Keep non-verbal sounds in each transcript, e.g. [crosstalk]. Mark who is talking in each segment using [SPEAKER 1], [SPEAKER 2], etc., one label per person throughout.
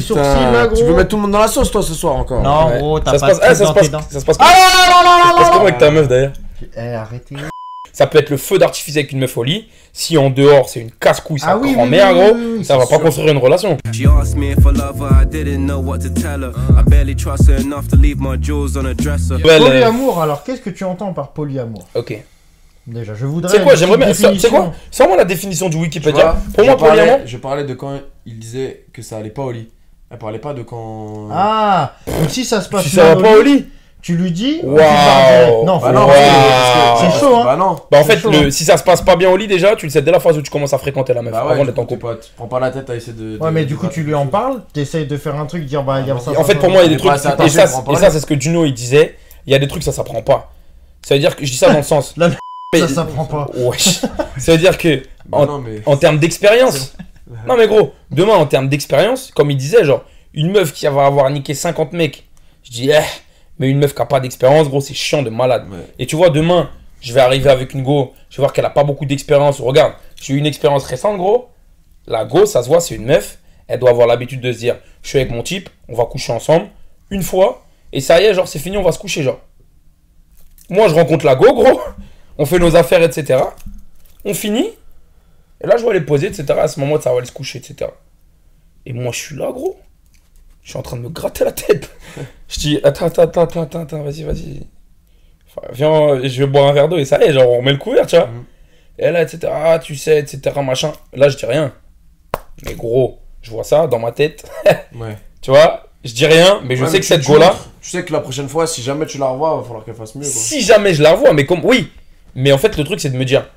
[SPEAKER 1] sourcils là, gros.
[SPEAKER 2] Tu veux mettre tout le monde dans la sauce, toi, ce soir encore.
[SPEAKER 3] Non,
[SPEAKER 4] Ouais.
[SPEAKER 3] gros, t'as
[SPEAKER 4] Ça se
[SPEAKER 3] pas de
[SPEAKER 4] passe, eh,
[SPEAKER 3] truc
[SPEAKER 4] ça se
[SPEAKER 3] dans tes
[SPEAKER 4] passe,
[SPEAKER 3] dents.
[SPEAKER 4] ça se passe,
[SPEAKER 2] Ah
[SPEAKER 4] ça
[SPEAKER 2] là là là là
[SPEAKER 4] se passe comment avec ta meuf d'ailleurs
[SPEAKER 1] Eh, arrêtez.
[SPEAKER 4] Ça peut être le feu d'artifice avec une meuf au lit. Si en dehors c'est une casse-couille, c'est
[SPEAKER 1] Ah
[SPEAKER 4] un
[SPEAKER 1] oui, oui,
[SPEAKER 4] grand-mère,
[SPEAKER 1] oui,
[SPEAKER 4] gros,
[SPEAKER 1] oui, oui,
[SPEAKER 4] ça va
[SPEAKER 1] c'est
[SPEAKER 4] pas construire une relation.
[SPEAKER 5] She asked me if I love her, I didn't know what to tell her. I barely trust her enough to leave my jewels on a dresser.
[SPEAKER 4] Belle, euh,
[SPEAKER 1] Polyamour, alors qu'est-ce que tu entends par polyamour
[SPEAKER 4] Ok.
[SPEAKER 1] Déjà, je voudrais.
[SPEAKER 4] C'est quoi
[SPEAKER 1] une
[SPEAKER 4] J'aimerais bien.
[SPEAKER 1] petite
[SPEAKER 4] ça- C'est quoi
[SPEAKER 1] définition.
[SPEAKER 4] Sors-moi la définition du
[SPEAKER 2] Tu
[SPEAKER 4] Wikipédia.
[SPEAKER 2] vois,
[SPEAKER 4] Pour moi,
[SPEAKER 2] je parlais-
[SPEAKER 4] premièrement.
[SPEAKER 2] Je parlais de quand il disait que ça allait pas au lit. Elle parlait pas de quand.
[SPEAKER 1] Ah, donc si ça se passe
[SPEAKER 4] Si ça
[SPEAKER 1] mal
[SPEAKER 4] va pas au lit
[SPEAKER 1] tu lui dis. tu
[SPEAKER 4] Waouh. Ah
[SPEAKER 1] pars direct. Non,
[SPEAKER 2] bah
[SPEAKER 1] faut
[SPEAKER 2] non,
[SPEAKER 4] Wow.
[SPEAKER 1] pas.
[SPEAKER 2] parce que- parce que-
[SPEAKER 1] C'est chaud, hein.
[SPEAKER 2] Bah non.
[SPEAKER 4] Bah en
[SPEAKER 1] C'est
[SPEAKER 4] fait,
[SPEAKER 1] chaud,
[SPEAKER 4] le- si ça se passe pas bien au lit déjà, tu le sais dès la phase où tu commences à fréquenter la meuf
[SPEAKER 2] Bah ouais,
[SPEAKER 4] avant
[SPEAKER 2] tu
[SPEAKER 4] d'être en
[SPEAKER 2] prends-
[SPEAKER 4] couple.
[SPEAKER 2] Tu prends pas la tête à essayer de.
[SPEAKER 1] Ouais,
[SPEAKER 2] de-
[SPEAKER 1] mais
[SPEAKER 2] de-
[SPEAKER 1] du coup, tu lui en parles, t'essayes de faire un truc, dire bah, il y a ça.
[SPEAKER 4] En
[SPEAKER 1] ça,
[SPEAKER 4] fait,
[SPEAKER 1] ça,
[SPEAKER 4] pour
[SPEAKER 1] ça.
[SPEAKER 4] moi, il y
[SPEAKER 2] Mais
[SPEAKER 4] a des
[SPEAKER 2] pas
[SPEAKER 4] trucs.
[SPEAKER 2] assez
[SPEAKER 4] Et
[SPEAKER 2] attaché,
[SPEAKER 4] ça,
[SPEAKER 2] prends pas
[SPEAKER 4] et
[SPEAKER 2] la
[SPEAKER 4] ça,
[SPEAKER 2] tête.
[SPEAKER 4] c'est ce que Juno il disait. Il y a des trucs, ça s'apprend pas. Ça veut dire que je dis ça dans le sens.
[SPEAKER 1] La-
[SPEAKER 4] Mais-
[SPEAKER 1] ça s'apprend pas.
[SPEAKER 4] Wesh. Ça veut dire que
[SPEAKER 2] Bah non, mais.
[SPEAKER 4] En termes d'expérience Non mais gros, demain en termes d'expérience, comme il disait, genre, une meuf qui va avoir niqué 50 mecs, je dis, eh, mais une meuf qui a pas d'expérience, gros, c'est chiant de malade.
[SPEAKER 2] Ouais.
[SPEAKER 4] Et tu vois, demain, je vais arriver avec une go, je vais voir qu'elle a pas beaucoup d'expérience. Regarde, j'ai eu une expérience récente, gros. La go, ça se voit, c'est une meuf. Elle doit avoir l'habitude de se dire, je suis avec mon type, on va coucher ensemble, une fois, et ça y est, genre, c'est fini, on va se coucher, genre. Moi, je rencontre la go, gros. On fait nos affaires, etc. On finit. Et là, je vais aller poser, etc. À ce moment, ça va aller se coucher, etc. Et moi, je suis là, gros. Je suis en train de me gratter la tête. Je dis, attends, attends, attends, attends, attends, attends, vas-y, vas-y. Enfin, viens, euh, je vais boire un verre d'eau et ça y est, genre, on remet le couvert, tu vois.
[SPEAKER 2] Mhm.
[SPEAKER 4] Et là, etc., ah, tu sais, etc., machin. Là, je dis rien. Mais gros, je vois ça dans ma tête. [laughs]
[SPEAKER 2] Ouais.
[SPEAKER 4] Tu vois, je dis rien, mais je
[SPEAKER 2] Ouais,
[SPEAKER 4] sais
[SPEAKER 2] mais
[SPEAKER 4] que
[SPEAKER 2] tu-
[SPEAKER 4] cette
[SPEAKER 2] tu
[SPEAKER 4] go-là,
[SPEAKER 2] montres. Tu sais que la prochaine fois, si jamais tu la revois, va falloir qu'elle fasse mieux, quoi.
[SPEAKER 4] si jamais je la revois, mais comme. Oui, mais en fait, le truc, c'est de me dire.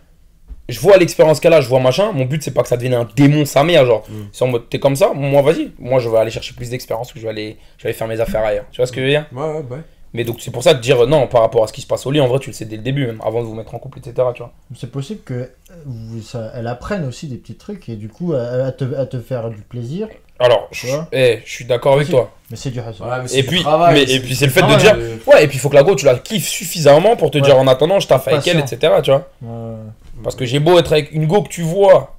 [SPEAKER 4] Je vois l'expérience qu'elle a, je vois machin. Mon but, c'est pas que ça devienne un démon, sa mère. Genre,
[SPEAKER 2] Mm.
[SPEAKER 4] c'est en mode, t'es comme ça, moi, vas-y. Moi, je vais aller chercher plus d'expérience ou je vais aller, je vais aller faire mes affaires ailleurs. Tu vois ce que je veux dire
[SPEAKER 2] Ouais, ouais, bah. ouais.
[SPEAKER 4] Mais donc, c'est pour ça de dire euh, non par rapport à ce qui se passe au lit. En vrai, tu le sais dès le début, même avant de vous mettre en couple, etc. Tu vois
[SPEAKER 1] C'est possible que euh, vous- ça- elle apprenne aussi des petits trucs et du coup, elle à te, à te faire du plaisir.
[SPEAKER 4] Alors, je,
[SPEAKER 1] Ouais.
[SPEAKER 4] eh, je suis d'accord avec
[SPEAKER 1] Vas-y.
[SPEAKER 4] toi.
[SPEAKER 1] Mais c'est du hasard.
[SPEAKER 2] Voilà, mais c'est
[SPEAKER 4] Et
[SPEAKER 2] du
[SPEAKER 4] puis,
[SPEAKER 2] travail, euh,
[SPEAKER 4] mais, et puis, c'est le fait de
[SPEAKER 1] travail,
[SPEAKER 4] dire. Ouais, et puis, il faut que la go, tu la kiffes suffisamment pour te
[SPEAKER 1] Ouais.
[SPEAKER 4] dire en attendant, je taffe avec elle,
[SPEAKER 1] Patient.
[SPEAKER 4] etc. Tu vois
[SPEAKER 1] Ouais.
[SPEAKER 4] Parce que j'ai beau être avec une go que tu vois,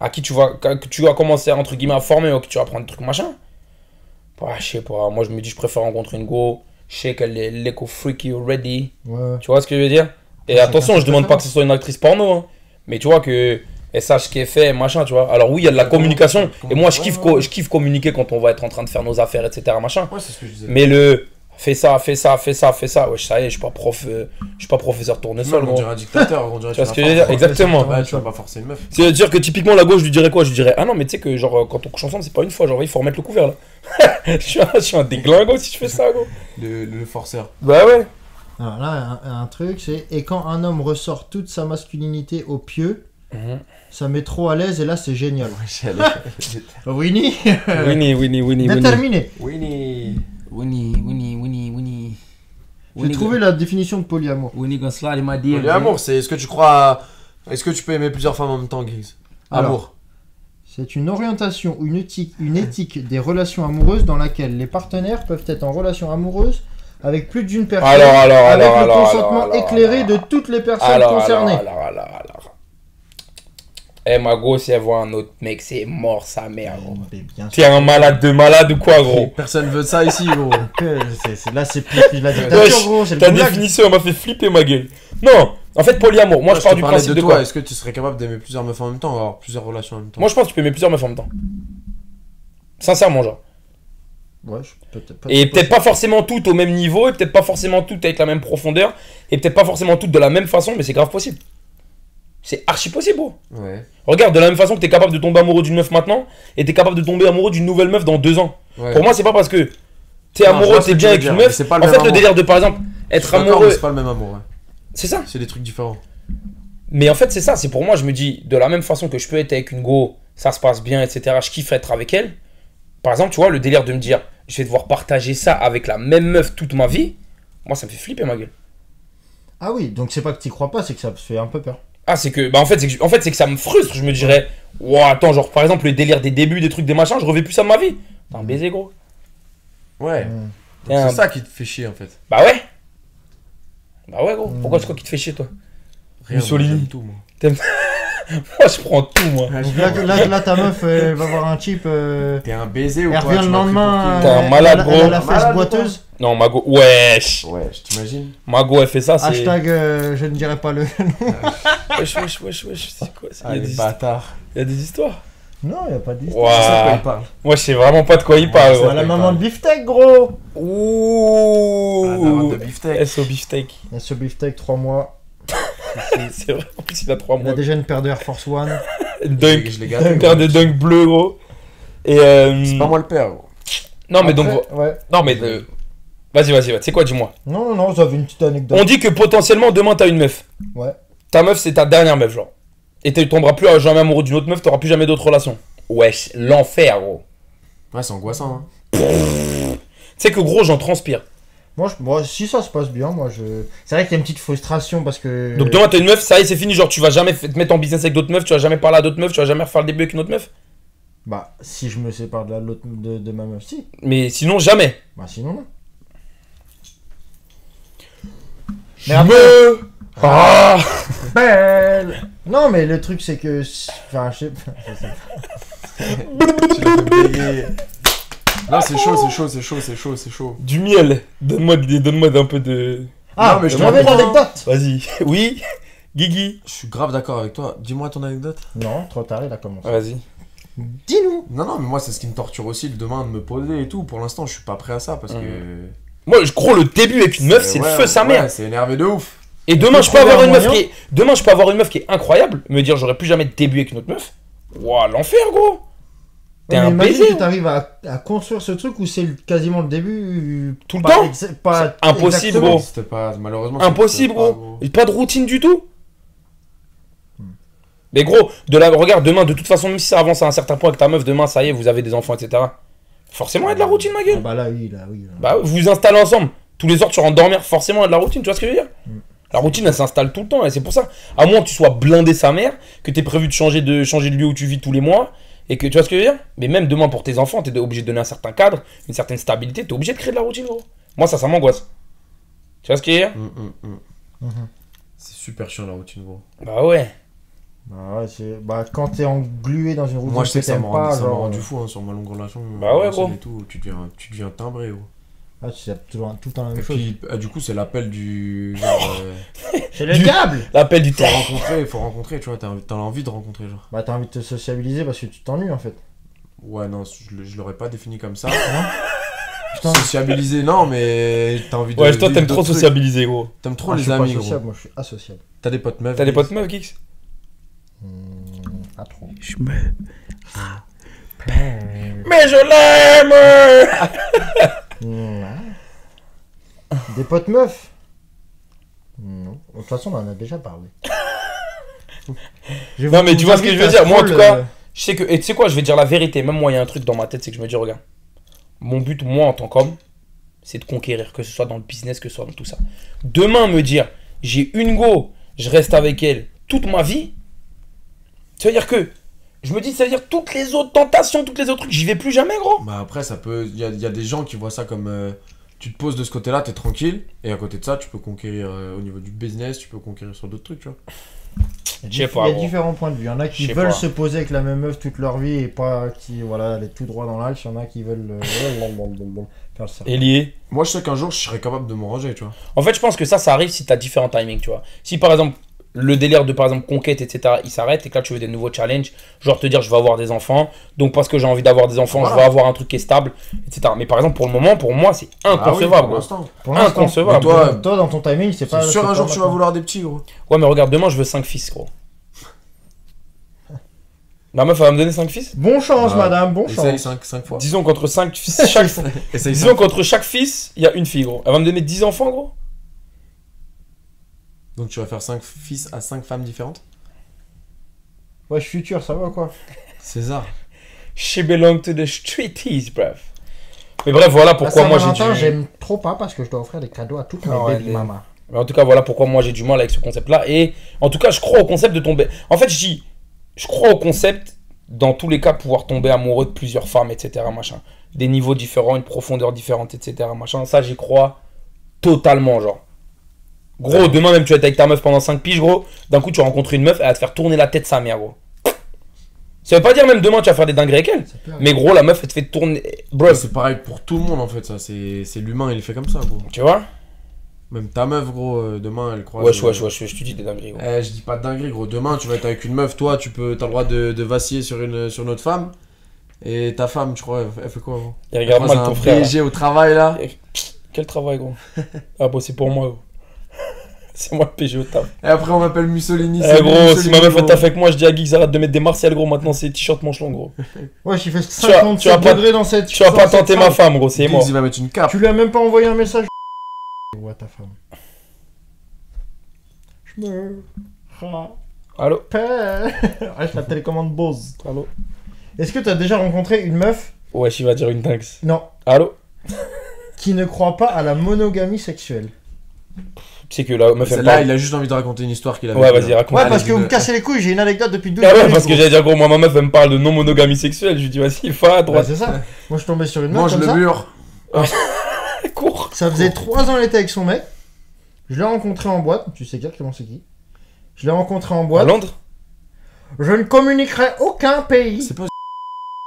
[SPEAKER 4] à qui tu vas, que tu vas commencer à, entre guillemets à former ou que tu vas prendre des trucs machin. Bah, je sais pas, moi je me dis, je préfère rencontrer une go, je sais qu'elle est l'éco freaky already.
[SPEAKER 1] Ouais.
[SPEAKER 4] Tu vois ce que je veux dire Et
[SPEAKER 1] Chacun
[SPEAKER 4] attention,
[SPEAKER 1] ses
[SPEAKER 4] je demande pas que ce soit une actrice porno, hein. mais tu vois que. Elle sache ce qui est fait, machin, tu vois. Alors oui, il y a de la
[SPEAKER 2] Comment-
[SPEAKER 4] communication.
[SPEAKER 2] comment-
[SPEAKER 4] Et moi, je kiffe,
[SPEAKER 2] ouais,
[SPEAKER 4] co-
[SPEAKER 2] ouais.
[SPEAKER 4] je kiffe communiquer quand on va être en train de faire nos affaires, etc., machin.
[SPEAKER 2] Ouais, c'est ce que je disais.
[SPEAKER 4] Mais le fais ça, fais ça, fais ça, fais ça. Ouais, ça y est, je suis pas prof, euh, je suis pas professeur tournesol.
[SPEAKER 2] on
[SPEAKER 4] gros.
[SPEAKER 2] dirait un dictateur, on dirait
[SPEAKER 4] Tu vois ce que
[SPEAKER 2] vas
[SPEAKER 4] je veux dire
[SPEAKER 2] forcer-
[SPEAKER 4] Exactement.
[SPEAKER 2] Ouais, tu vas pas forcer une meuf.
[SPEAKER 4] C'est-à-dire que typiquement la gauche, je lui dirais quoi Je lui dirais Ah non, mais tu sais que genre euh, quand on couche ensemble, c'est pas une fois, genre il faut remettre le couvert là. [laughs] je, suis un, je suis un déglingo si je fais ça, gros.
[SPEAKER 2] Le, le forceur.
[SPEAKER 4] Bah ouais.
[SPEAKER 1] Alors là, un, un truc, c'est et quand un homme ressort toute sa masculinité au pieu, ça met trop à l'aise et là, c'est génial. Winnie, [laughs]
[SPEAKER 4] Winnie, Winnie, Winnie, Winnie.
[SPEAKER 1] déterminé.
[SPEAKER 2] Winnie.
[SPEAKER 3] Winnie, Winnie, Winnie, Winnie.
[SPEAKER 1] J'ai trouvé la définition de polyamour.
[SPEAKER 3] Winnie gonna slide in my DM.
[SPEAKER 2] L'amour, c'est est-ce que tu crois. à- Est-ce que tu peux aimer plusieurs femmes en même temps, Giggs
[SPEAKER 1] Alors.
[SPEAKER 2] Amour.
[SPEAKER 1] C'est une orientation ou une éthique, une éthique des relations amoureuses dans laquelle les partenaires peuvent être en relation amoureuse avec plus d'une personne
[SPEAKER 4] Alors, alors,
[SPEAKER 1] avec
[SPEAKER 4] alors,
[SPEAKER 1] le
[SPEAKER 4] alors,
[SPEAKER 1] consentement
[SPEAKER 4] alors, alors,
[SPEAKER 1] éclairé
[SPEAKER 4] alors,
[SPEAKER 1] de toutes les personnes
[SPEAKER 4] alors,
[SPEAKER 1] concernées.
[SPEAKER 4] alors, alors, alors, alors. Eh, ma gauche, si elle voit un autre mec, c'est mort sa mère, gros.
[SPEAKER 1] Ah, oh, Mais bien sûr.
[SPEAKER 4] T'es un malade de malade ou quoi, gros
[SPEAKER 2] Personne veut ça ici,
[SPEAKER 4] [laughs]
[SPEAKER 2] gros.
[SPEAKER 1] que c'est- c'est- Là, c'est pire que la
[SPEAKER 4] Wesh,
[SPEAKER 1] dictature, gros. C'est le
[SPEAKER 4] Ta
[SPEAKER 1] goulag.
[SPEAKER 4] définition elle m'a fait flipper ma gueule. Non, en fait, polyamour, moi je
[SPEAKER 2] te
[SPEAKER 4] pars du
[SPEAKER 2] parlais
[SPEAKER 4] principe de
[SPEAKER 2] toi.
[SPEAKER 4] quoi
[SPEAKER 2] Est-ce que tu serais capable d'aimer plusieurs meufs en même temps, avoir plusieurs relations en même temps
[SPEAKER 4] Moi je pense que tu peux aimer plusieurs meufs en même temps. Sincèrement, genre.
[SPEAKER 1] Ouais, je- peut-être pas-
[SPEAKER 4] Et peut-être pas forcément toutes au même niveau, et peut-être pas forcément toutes avec la même profondeur, et peut-être pas forcément toutes de la même façon, mais c'est grave possible. C'est archi possible, bro.
[SPEAKER 2] Ouais.
[SPEAKER 4] Regarde, de la même façon que t'es capable de tomber amoureux d'une meuf maintenant, et t'es capable de tomber amoureux d'une nouvelle meuf dans deux ans.
[SPEAKER 2] Ouais.
[SPEAKER 4] Pour moi, c'est pas parce que t'es
[SPEAKER 2] Non, je vois
[SPEAKER 4] amoureux,
[SPEAKER 2] ce
[SPEAKER 4] t'es
[SPEAKER 2] que tu
[SPEAKER 4] bien
[SPEAKER 2] veux
[SPEAKER 4] avec
[SPEAKER 2] dire,
[SPEAKER 4] une
[SPEAKER 2] mais
[SPEAKER 4] meuf.
[SPEAKER 2] c'est pas le
[SPEAKER 4] en
[SPEAKER 2] même
[SPEAKER 4] fait, le
[SPEAKER 2] amour.
[SPEAKER 4] délire de par exemple
[SPEAKER 2] Je
[SPEAKER 4] être
[SPEAKER 2] suis d'accord, mais
[SPEAKER 4] amoureux,
[SPEAKER 2] C'est pas le même amour, ouais.
[SPEAKER 4] c'est ça.
[SPEAKER 2] C'est des trucs différents.
[SPEAKER 4] Mais en fait, c'est ça, c'est pour moi, je me dis, de la même façon que je peux être avec une go, ça se passe bien, etc., je kiffe être avec elle. Par exemple, tu vois, le délire de me dire, je vais devoir partager ça avec la même meuf toute ma vie, moi, ça me fait flipper ma gueule.
[SPEAKER 1] Ah oui, donc c'est pas que t'y crois pas, c'est que ça te fait un peu peur.
[SPEAKER 4] Ah, c'est que, bah, en fait, c'est que, en fait, c'est que ça me frustre, je me dirais, ouah, attends, genre, par exemple, le délire des débuts, des trucs, des machins, je revais plus ça de ma vie. T'es un baiser, gros.
[SPEAKER 2] Ouais.
[SPEAKER 1] Mm.
[SPEAKER 4] T'es un-
[SPEAKER 2] C'est ça qui te fait chier en fait.
[SPEAKER 4] Bah ouais. Bah ouais, gros.
[SPEAKER 1] Mm.
[SPEAKER 4] Pourquoi tu crois qu'il te fait chier, toi [laughs]
[SPEAKER 2] Rien, moi,
[SPEAKER 4] Mussolini.
[SPEAKER 2] j'aime tout, moi.
[SPEAKER 4] Moi, je prends tout, moi.
[SPEAKER 2] Ah, je
[SPEAKER 1] Donc
[SPEAKER 2] vois.
[SPEAKER 1] là, là, là, ta meuf, elle va voir un chip. euh,
[SPEAKER 2] T'es un baiser ou
[SPEAKER 1] elle
[SPEAKER 2] quoi
[SPEAKER 1] revient
[SPEAKER 2] Tu
[SPEAKER 1] le
[SPEAKER 2] m'as pris pour
[SPEAKER 1] lendemain.
[SPEAKER 4] qui T'es un
[SPEAKER 1] euh, elle-
[SPEAKER 4] malade,
[SPEAKER 1] elle-
[SPEAKER 4] gros.
[SPEAKER 1] Elle a la
[SPEAKER 2] Malade ou
[SPEAKER 1] fesse
[SPEAKER 2] quoi
[SPEAKER 1] boiteuse.
[SPEAKER 4] Non, Mago, wesh.
[SPEAKER 2] qui Ouais, je t'imagine.
[SPEAKER 4] Mago, elle fait ça, c'est.
[SPEAKER 1] Hashtag, euh, je ne dirai pas le.
[SPEAKER 4] Wesh, wesh, wesh, wesh. C'est quoi ça
[SPEAKER 2] Ah,
[SPEAKER 4] il, y a
[SPEAKER 2] les
[SPEAKER 4] des...
[SPEAKER 2] bâtards.
[SPEAKER 4] il y a des histoires.
[SPEAKER 1] Non, il n'y a pas de
[SPEAKER 2] Je sais de quoi
[SPEAKER 4] Waouh.
[SPEAKER 2] ils parlent.
[SPEAKER 4] Moi, je sais vraiment pas de quoi il
[SPEAKER 2] Ouais,
[SPEAKER 4] parle,
[SPEAKER 2] c'est
[SPEAKER 4] gros.
[SPEAKER 1] la
[SPEAKER 2] Ouais,
[SPEAKER 1] maman
[SPEAKER 2] pardon.
[SPEAKER 1] de beefsteak, gros.
[SPEAKER 2] Ah, daronne de
[SPEAKER 4] Ouh.
[SPEAKER 2] beefsteak.
[SPEAKER 4] S
[SPEAKER 2] [laughs]
[SPEAKER 4] au beefsteak.
[SPEAKER 1] Et ce beefsteak, 3 mois.
[SPEAKER 4] C'est vrai, en plus, il a 3
[SPEAKER 1] Il a
[SPEAKER 4] mois.
[SPEAKER 1] déjà une paire de Air Force One.
[SPEAKER 4] Dunk.
[SPEAKER 2] Je l'ai
[SPEAKER 4] Une
[SPEAKER 2] gâté.
[SPEAKER 4] paire de dunk bleu, gros. Et euh...
[SPEAKER 2] C'est pas moi le père, gros.
[SPEAKER 4] Non, Ah, mais donc.
[SPEAKER 1] Après, Ouais.
[SPEAKER 4] Non, mais. euh, Vas-y, vas-y, vas-y. Tu sais quoi, dis-moi.
[SPEAKER 1] Non, non, non, j'avais une petite anecdote.
[SPEAKER 4] On dit que potentiellement demain t'as une meuf.
[SPEAKER 1] Ouais.
[SPEAKER 4] Ta meuf c'est ta dernière meuf genre. Et tu tomberas plus à jamais amoureux d'une autre meuf, t'auras plus jamais d'autres relations. Wesh, l'enfer gros.
[SPEAKER 2] Ouais, c'est angoissant. hein.
[SPEAKER 4] Tu sais que gros j'en transpire.
[SPEAKER 1] Moi, je- moi, si ça se passe bien, moi, je. C'est vrai qu'il y a une petite frustration parce que.
[SPEAKER 2] Euh.
[SPEAKER 4] Donc demain t'as une meuf, ça y est c'est fini, genre tu vas jamais f- te mettre en business avec d'autres meufs, tu vas jamais parler à d'autres meufs, tu vas jamais refaire le début avec une autre meuf.
[SPEAKER 1] Bah, si je me sépare de, la, l'autre- de, de ma meuf, si.
[SPEAKER 4] Mais sinon jamais.
[SPEAKER 1] Bah, sinon, non.
[SPEAKER 4] Je me- Ah
[SPEAKER 1] Belle Non, mais le truc, c'est que. Enfin, je sais pas. je sais pas.
[SPEAKER 2] Tu l'as fait bégayer. Là, c'est chaud, c'est chaud, c'est chaud, c'est chaud, c'est chaud.
[SPEAKER 4] du miel. Donne-moi des- donne-moi un peu de.
[SPEAKER 1] Ah,
[SPEAKER 2] Non, mais
[SPEAKER 1] mais je
[SPEAKER 2] je
[SPEAKER 1] te remets une
[SPEAKER 2] comprends.
[SPEAKER 1] anecdote
[SPEAKER 4] Vas-y. [laughs] Oui. Guigui.
[SPEAKER 2] Je suis grave d'accord avec toi. Dis-moi ton anecdote.
[SPEAKER 1] Non, trop tard, il a commencé.
[SPEAKER 4] Ah, Vas-y.
[SPEAKER 1] Dis-nous
[SPEAKER 2] Non, non, mais moi, c'est ce qui me torture aussi le demain de me poser et tout. Pour l'instant, je suis pas prêt à ça parce que.
[SPEAKER 4] Moi je crois le début avec une meuf c'est
[SPEAKER 2] Euh, Ouais,
[SPEAKER 4] le feu sa
[SPEAKER 2] ouais,
[SPEAKER 4] mère.
[SPEAKER 2] C'est énervé de ouf.
[SPEAKER 4] Et demain,
[SPEAKER 1] peut
[SPEAKER 4] je peux
[SPEAKER 1] trouver
[SPEAKER 4] avoir
[SPEAKER 1] un
[SPEAKER 4] une meuf qui
[SPEAKER 1] moyen.
[SPEAKER 4] est... demain, je peux avoir une meuf qui est incroyable, me dire j'aurais plus jamais de début avec une autre meuf. Ouah, l'enfer, gros. T'es
[SPEAKER 1] Ouais, mais
[SPEAKER 4] un
[SPEAKER 1] Imagine
[SPEAKER 4] baiser,
[SPEAKER 1] que t'arrives à, à construire ce truc où c'est le- quasiment le début.
[SPEAKER 4] Tout le
[SPEAKER 1] pas
[SPEAKER 4] temps.
[SPEAKER 1] exa- pas
[SPEAKER 4] C'est impossible,
[SPEAKER 2] Ça
[SPEAKER 1] exactement.
[SPEAKER 4] gros.
[SPEAKER 2] n'existe pas, malheureusement. ça
[SPEAKER 4] Impossible,
[SPEAKER 2] n'existe pas,
[SPEAKER 4] gros. Pas de routine du tout. Mais gros, de la... regarde, demain, de toute façon, même si ça avance à un certain point avec ta meuf, demain, ça y est, vous avez des enfants, etc. Forcément, il y a de la routine, ma
[SPEAKER 1] Ah
[SPEAKER 4] gueule.
[SPEAKER 1] bah là, oui, là, oui. là.
[SPEAKER 4] Bah, vous vous installez ensemble. Tous les soirs, tu rentres dormir, forcément, il y a de la routine, tu vois ce que je veux dire La routine, elle s'installe tout le temps, et c'est pour ça. À moins que tu sois blindé sa mère, que t'aies prévu de changer, de changer de lieu où tu vis tous les mois, et que tu vois ce que je veux dire Mais même demain, pour tes enfants, t'es obligé de donner un certain cadre, une certaine stabilité, t'es obligé de créer de la routine, gros. Moi, ça, ça m'angoisse. Tu vois ce que je veux dire
[SPEAKER 2] Hum, hum, hum.
[SPEAKER 1] Mhm.
[SPEAKER 2] C'est super chiant la routine, gros.
[SPEAKER 4] Bah ouais.
[SPEAKER 1] Bah, ouais, c'est- bah, quand t'es englué dans une routine
[SPEAKER 2] Moi, je sais
[SPEAKER 1] que
[SPEAKER 2] que ça
[SPEAKER 1] t'aimes
[SPEAKER 2] m'a rendu,
[SPEAKER 1] pas,
[SPEAKER 2] ça m'a
[SPEAKER 1] genre. euh,
[SPEAKER 2] rendu fou hein, sur ma longue relation.
[SPEAKER 4] euh. Bah ouais,
[SPEAKER 2] relationnelle
[SPEAKER 4] gros.
[SPEAKER 2] et tout, tu deviens, tu deviens timbré, gros.
[SPEAKER 1] Ah, c'est toujours tout le temps la
[SPEAKER 2] Et
[SPEAKER 1] même chose.
[SPEAKER 2] puis, ah, du coup, c'est l'appel du. Genre, euh,
[SPEAKER 1] C'est le
[SPEAKER 4] du-
[SPEAKER 1] diable
[SPEAKER 4] L'appel du
[SPEAKER 2] faut
[SPEAKER 4] terrain.
[SPEAKER 2] rencontrer, faut rencontrer, tu vois, t'as t'as envie de rencontrer, genre.
[SPEAKER 1] Bah, t'as envie de te sociabiliser parce que tu t'ennuies en fait.
[SPEAKER 2] Ouais, non, je, le- je l'aurais pas défini comme ça. [laughs]
[SPEAKER 1] Putain.
[SPEAKER 2] Sociabiliser, non, mais t'as envie de.
[SPEAKER 4] Ouais, toi,
[SPEAKER 2] vivre
[SPEAKER 4] t'aimes trop
[SPEAKER 2] d'autres trucs.
[SPEAKER 4] sociabiliser, gros.
[SPEAKER 2] T'aimes trop
[SPEAKER 1] Ah, je
[SPEAKER 2] Oh, les
[SPEAKER 1] suis
[SPEAKER 2] amis,
[SPEAKER 1] pas
[SPEAKER 2] gros.
[SPEAKER 1] sociable, moi je suis asociable.
[SPEAKER 2] T'as des potes meufs.
[SPEAKER 4] T'as des
[SPEAKER 2] oui.
[SPEAKER 4] potes meufs, Kix
[SPEAKER 1] Hum, pas trop.
[SPEAKER 4] Mais je l'aime
[SPEAKER 1] Hum, ah. Des potes meufs Non. De toute façon, on en a déjà parlé. [laughs] Je
[SPEAKER 4] Non,
[SPEAKER 1] vous-
[SPEAKER 4] mais tu
[SPEAKER 1] vous
[SPEAKER 4] vois ce que
[SPEAKER 1] invite
[SPEAKER 4] je veux
[SPEAKER 1] à
[SPEAKER 4] dire. Moi, en
[SPEAKER 1] scroll,
[SPEAKER 4] tout cas,
[SPEAKER 1] euh,
[SPEAKER 4] Je sais que, et tu sais quoi, je vais te dire la vérité. Même moi, il y a un truc dans ma tête, c'est que je me dis, regarde, mon but, moi, en tant qu'homme, c'est de conquérir, que ce soit dans le business, que ce soit dans tout ça. Demain, me dire, j'ai une go, je reste avec elle toute ma vie, ça veut dire que, je me dis, ça veut dire toutes les autres tentations, toutes les autres trucs, j'y vais plus jamais, gros.
[SPEAKER 2] Bah après, ça peut. Il y a, y a des gens qui voient ça comme. euh, tu te poses de ce côté-là, t'es tranquille, et à côté de ça, tu peux conquérir euh, au niveau du business, tu peux conquérir sur d'autres trucs, tu vois.
[SPEAKER 1] Il
[SPEAKER 4] Je
[SPEAKER 1] y
[SPEAKER 4] sais
[SPEAKER 1] a
[SPEAKER 4] pas, gros.
[SPEAKER 1] différents points de vue. Il y en a qui
[SPEAKER 4] Je sais
[SPEAKER 1] veulent
[SPEAKER 4] pas.
[SPEAKER 1] se poser avec la même meuf toute leur vie et pas qui, voilà, aller tout droit dans l'alche. Il y en a qui veulent
[SPEAKER 4] [laughs]
[SPEAKER 1] euh, faire ça.
[SPEAKER 4] Et lié.
[SPEAKER 2] Moi, je sais qu'un jour, je serais capable de m'en ranger, tu vois.
[SPEAKER 4] En fait, je pense que ça, ça arrive si t'as différents timings, tu vois. Si par exemple, le délire de par exemple conquête, etc., il s'arrête et que là tu veux des nouveaux challenges, genre te dire je vais avoir des enfants, donc parce que j'ai envie d'avoir des enfants, je
[SPEAKER 2] Voilà.
[SPEAKER 4] vais avoir un truc qui est stable, etc. Mais par exemple, pour le moment, pour moi, c'est
[SPEAKER 2] Ah oui,
[SPEAKER 4] inconcevable.
[SPEAKER 2] pour l'instant.
[SPEAKER 1] Pour l'instant,
[SPEAKER 4] Inconcevable.
[SPEAKER 1] toi,
[SPEAKER 2] Toi,
[SPEAKER 1] toi, dans ton timing, c'est pas.
[SPEAKER 2] C'est sûr,
[SPEAKER 1] c'est
[SPEAKER 2] un
[SPEAKER 1] pas
[SPEAKER 2] jour, tu vas
[SPEAKER 1] maintenant.
[SPEAKER 2] vouloir des petits, gros.
[SPEAKER 4] ouais, mais regarde, demain, je veux 5
[SPEAKER 2] [laughs]
[SPEAKER 4] fils, gros. Ma meuf, elle va me donner 5 fils
[SPEAKER 1] Bon chance,
[SPEAKER 2] Bah,
[SPEAKER 1] madame, bon chance.
[SPEAKER 2] Essaye 5, fois.
[SPEAKER 4] Disons qu'entre
[SPEAKER 2] [laughs]
[SPEAKER 4] 5 fils, chaque...
[SPEAKER 2] Essaye
[SPEAKER 4] Disons qu'entre chaque fils, il y a une fille, gros. Elle va me donner 10 enfants, gros
[SPEAKER 2] Donc, tu vas faire 5 fils à 5 femmes différentes
[SPEAKER 1] Ouais, je suis sûr, ça va quoi.
[SPEAKER 2] César.
[SPEAKER 4] She belong to the streeties, bref. Mais bref,
[SPEAKER 2] Ah,
[SPEAKER 4] voilà pourquoi
[SPEAKER 1] À
[SPEAKER 4] moi j'ai
[SPEAKER 1] Saint-Valentin,
[SPEAKER 4] dû...
[SPEAKER 1] j'aime trop pas parce que je dois offrir des cadeaux à toutes mes
[SPEAKER 4] Ah ouais,
[SPEAKER 1] baby
[SPEAKER 4] les-
[SPEAKER 1] mamas.
[SPEAKER 4] Mais en tout cas, voilà pourquoi moi j'ai du mal avec ce concept-là. Et en tout cas, je crois au concept de tomber. En fait, je dis, je crois au concept, dans tous les cas, pouvoir tomber amoureux de plusieurs femmes, etc. Machin. Des niveaux différents, une profondeur différente, etc. Machin. Ça, j'y crois totalement, genre. Gros, demain même, tu vas être avec ta meuf pendant 5 piges, gros. D'un coup, tu vas rencontrer une meuf, elle va te faire tourner la tête sa mère, gros. Ça veut pas dire même demain, tu vas faire des dingueries avec elle.
[SPEAKER 1] Ça peut arriver.
[SPEAKER 4] Mais gros, la meuf, elle te fait tourner. Bro,
[SPEAKER 2] Ouais, c'est pareil pour tout le monde en fait, ça. C'est c'est l'humain, il est fait comme ça, gros.
[SPEAKER 4] tu vois
[SPEAKER 2] Même ta meuf, gros, euh, demain, elle croise.
[SPEAKER 4] Wesh,
[SPEAKER 2] euh,
[SPEAKER 4] wesh, wesh, wesh, je te dis des dingueries, gros.
[SPEAKER 2] Eh, je dis pas de dinguerie, gros. Demain, tu vas être avec une meuf, toi, tu peux, t'as le droit de, de vaciller sur une, sur une autre femme. Et ta femme, je crois, elle, elle fait quoi, gros
[SPEAKER 4] Et regarde
[SPEAKER 2] Moi,
[SPEAKER 4] mal ton
[SPEAKER 2] un
[SPEAKER 4] frère. là.
[SPEAKER 2] PSG au travail, là.
[SPEAKER 4] Quel travail, gros Ah, bon, c'est pour moi, [laughs] gros. C'est moi le PG au taf.
[SPEAKER 2] Et après, on m'appelle Mussolini.
[SPEAKER 4] Eh
[SPEAKER 2] c'est
[SPEAKER 4] gros,
[SPEAKER 2] Mussolini,
[SPEAKER 4] si ma meuf
[SPEAKER 2] gros.
[SPEAKER 4] elle taffe avec moi, je dis à Guy, arrête de mettre des martiales, gros. Maintenant, c'est t-shirt manche longue, gros.
[SPEAKER 1] Ouais, j'ai fait
[SPEAKER 4] vas- tu
[SPEAKER 1] 50
[SPEAKER 4] vas pas-
[SPEAKER 1] degrés dans cette.
[SPEAKER 4] Tu vas
[SPEAKER 1] dans
[SPEAKER 4] pas
[SPEAKER 1] cette
[SPEAKER 4] tenter
[SPEAKER 1] femme.
[SPEAKER 4] ma femme, gros, c'est
[SPEAKER 2] Diggs,
[SPEAKER 4] moi.
[SPEAKER 2] il va mettre une cape.
[SPEAKER 1] Tu lui as même pas envoyé un message. Ou à ta femme. Je me rappelle.
[SPEAKER 4] Allô
[SPEAKER 1] Ah, je la télécommande Bose.
[SPEAKER 4] Allô
[SPEAKER 1] Est-ce que t'as déjà rencontré une meuf
[SPEAKER 4] Wesh, il va dire une dingue.
[SPEAKER 1] Non.
[SPEAKER 4] Allô
[SPEAKER 1] Qui ne croit pas à la monogamie sexuelle.
[SPEAKER 4] C'est que la meuf elle
[SPEAKER 2] Celle-là,
[SPEAKER 4] parle.
[SPEAKER 2] il a juste envie de raconter une histoire qu'il a
[SPEAKER 4] Ouais,
[SPEAKER 2] vécue,
[SPEAKER 4] vas-y,
[SPEAKER 2] là.
[SPEAKER 4] raconte.
[SPEAKER 1] Ouais,
[SPEAKER 2] Allez,
[SPEAKER 1] parce que
[SPEAKER 2] dis-le.
[SPEAKER 1] vous me cassez les couilles, j'ai une anecdote depuis 12
[SPEAKER 4] Ah ouais,
[SPEAKER 1] minutes,
[SPEAKER 4] parce que
[SPEAKER 1] gros.
[SPEAKER 4] j'allais dire, gros, moi, ma meuf elle me parle de non-monogamie sexuelle. Je lui dis, vas-y, va à
[SPEAKER 1] Ouais,
[SPEAKER 4] droite,
[SPEAKER 1] c'est ça. Moi, je tombais sur une meuf
[SPEAKER 2] Mange
[SPEAKER 1] comme
[SPEAKER 2] le
[SPEAKER 1] ça.
[SPEAKER 2] mur.
[SPEAKER 4] cours.
[SPEAKER 1] Ça faisait 3 ans, elle était avec son mec. Je l'ai rencontré en boîte. Tu sais exactement c'est qui. Je l'ai rencontré en
[SPEAKER 4] À
[SPEAKER 1] boîte.
[SPEAKER 4] Londres
[SPEAKER 1] Je ne communiquerai aucun pays.
[SPEAKER 2] C'est pas.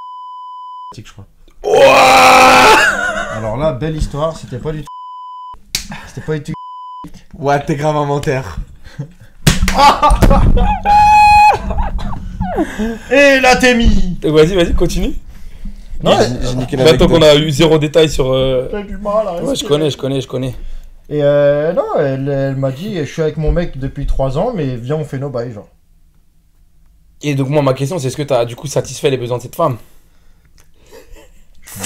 [SPEAKER 2] [laughs] je crois.
[SPEAKER 4] Ouah
[SPEAKER 1] Alors là, belle histoire. C'était pas du tout. [laughs] C'était pas du tout.
[SPEAKER 2] Ouais, t'es grave inventaire.
[SPEAKER 1] Et la t'es mis
[SPEAKER 4] Euh, Vas-y, vas-y, continue.
[SPEAKER 1] Non,
[SPEAKER 2] J'ai j'ai niqué la
[SPEAKER 4] Maintenant qu'on a eu zéro détail sur. euh,
[SPEAKER 1] J'ai du mal à
[SPEAKER 4] Ouais, je connais, je connais, je connais.
[SPEAKER 1] Et euh, non, elle, elle m'a dit, je suis avec mon mec depuis 3 ans, mais viens, on fait nos bails, genre.
[SPEAKER 4] Et donc, moi, ma question, c'est est-ce que t'as du coup satisfait les besoins de cette femme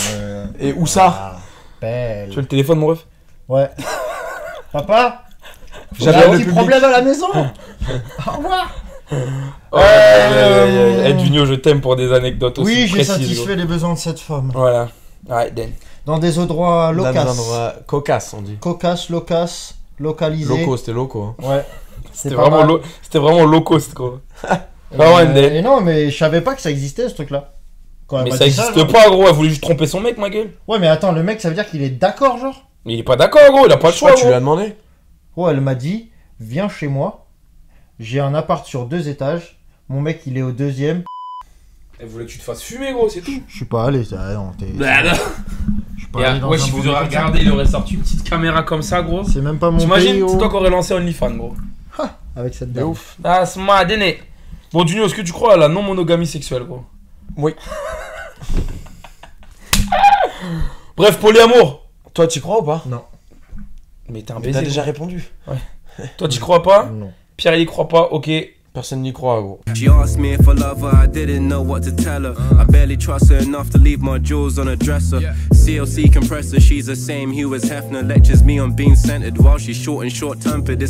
[SPEAKER 1] Euh,
[SPEAKER 2] Et où ça
[SPEAKER 4] ah.
[SPEAKER 1] belle.
[SPEAKER 4] Tu veux le téléphone, mon ref
[SPEAKER 1] Ouais. Papa J'avais
[SPEAKER 2] J'appelle
[SPEAKER 1] un
[SPEAKER 2] le
[SPEAKER 1] petit
[SPEAKER 2] public.
[SPEAKER 1] problème à la
[SPEAKER 4] [laughs]
[SPEAKER 1] maison Au revoir
[SPEAKER 4] Oh, Ouais, Ed Vigneault, je t'aime pour des anecdotes aussi.
[SPEAKER 1] Oui, j'ai
[SPEAKER 4] précises,
[SPEAKER 1] satisfait les besoins de cette femme.
[SPEAKER 4] gros. Voilà. Alright, then.
[SPEAKER 1] Dans des endroits
[SPEAKER 2] Dans un
[SPEAKER 1] locas.
[SPEAKER 2] endroit cocasse, on dit.
[SPEAKER 1] Cocasse, locas, localisé.
[SPEAKER 2] Loco, c'était loco. hein.
[SPEAKER 1] Ouais.
[SPEAKER 4] C'était
[SPEAKER 1] pas
[SPEAKER 4] vraiment,
[SPEAKER 1] mal.
[SPEAKER 4] low- c'était vraiment low cost, gros.
[SPEAKER 1] Euh,
[SPEAKER 4] Ah ouais, mais-
[SPEAKER 1] et non, mais je savais pas que ça existait ce truc-là. Quand elle
[SPEAKER 4] Mais
[SPEAKER 1] m'a
[SPEAKER 4] ça
[SPEAKER 1] dit
[SPEAKER 4] existe
[SPEAKER 1] genre.
[SPEAKER 4] pas, gros. Elle voulait juste tromper son mec, ma gueule.
[SPEAKER 1] Ouais, mais attends, le mec, ça veut dire qu'il est d'accord, genre
[SPEAKER 4] Mais il est pas d'accord, gros. Il a pas le
[SPEAKER 2] Je sais pas,
[SPEAKER 4] choix,
[SPEAKER 2] tu
[SPEAKER 4] gros.
[SPEAKER 2] lui as demandé
[SPEAKER 1] Oh, elle m'a dit, viens chez moi. J'ai un appart sur deux étages. Mon mec, il est au deuxième.
[SPEAKER 4] Elle voulait que tu te fasses fumer, gros, c'est tout.
[SPEAKER 1] Je suis pas allé, ça. Non, t'es.
[SPEAKER 4] Bah,
[SPEAKER 1] Je suis pas
[SPEAKER 4] euh,
[SPEAKER 1] allé dans un bon lieu comme ça.
[SPEAKER 4] il aurait sorti une petite caméra comme ça, gros.
[SPEAKER 1] C'est même pas mon pays.
[SPEAKER 4] T'imagines,
[SPEAKER 1] oh.
[SPEAKER 4] c'est toi qui aurais lancé OnlyFans, gros.
[SPEAKER 1] Avec cette
[SPEAKER 2] De
[SPEAKER 1] dame.
[SPEAKER 2] ouf.
[SPEAKER 4] Ah, c'est ma déné. Bon, Junio, est-ce que tu crois à la non-monogamie sexuelle, gros
[SPEAKER 2] Oui.
[SPEAKER 4] Bref, polyamour.
[SPEAKER 2] Toi, tu crois ou pas
[SPEAKER 4] Mais t'es un
[SPEAKER 2] Mais T'as
[SPEAKER 4] baiser.
[SPEAKER 2] déjà
[SPEAKER 4] gros.
[SPEAKER 2] répondu.
[SPEAKER 4] Toi, tu crois pas
[SPEAKER 1] Non.
[SPEAKER 4] Pierre, il y croit pas. Ok.
[SPEAKER 2] Personne n'y croit, gros.
[SPEAKER 5] She asked me if I love her, I didn't know what to tell her. I barely trust her enough to leave my jewels on a dresser. CLC compressor, she's the same hue as Hefner. Lectures me on being centered while she's short and short tempered.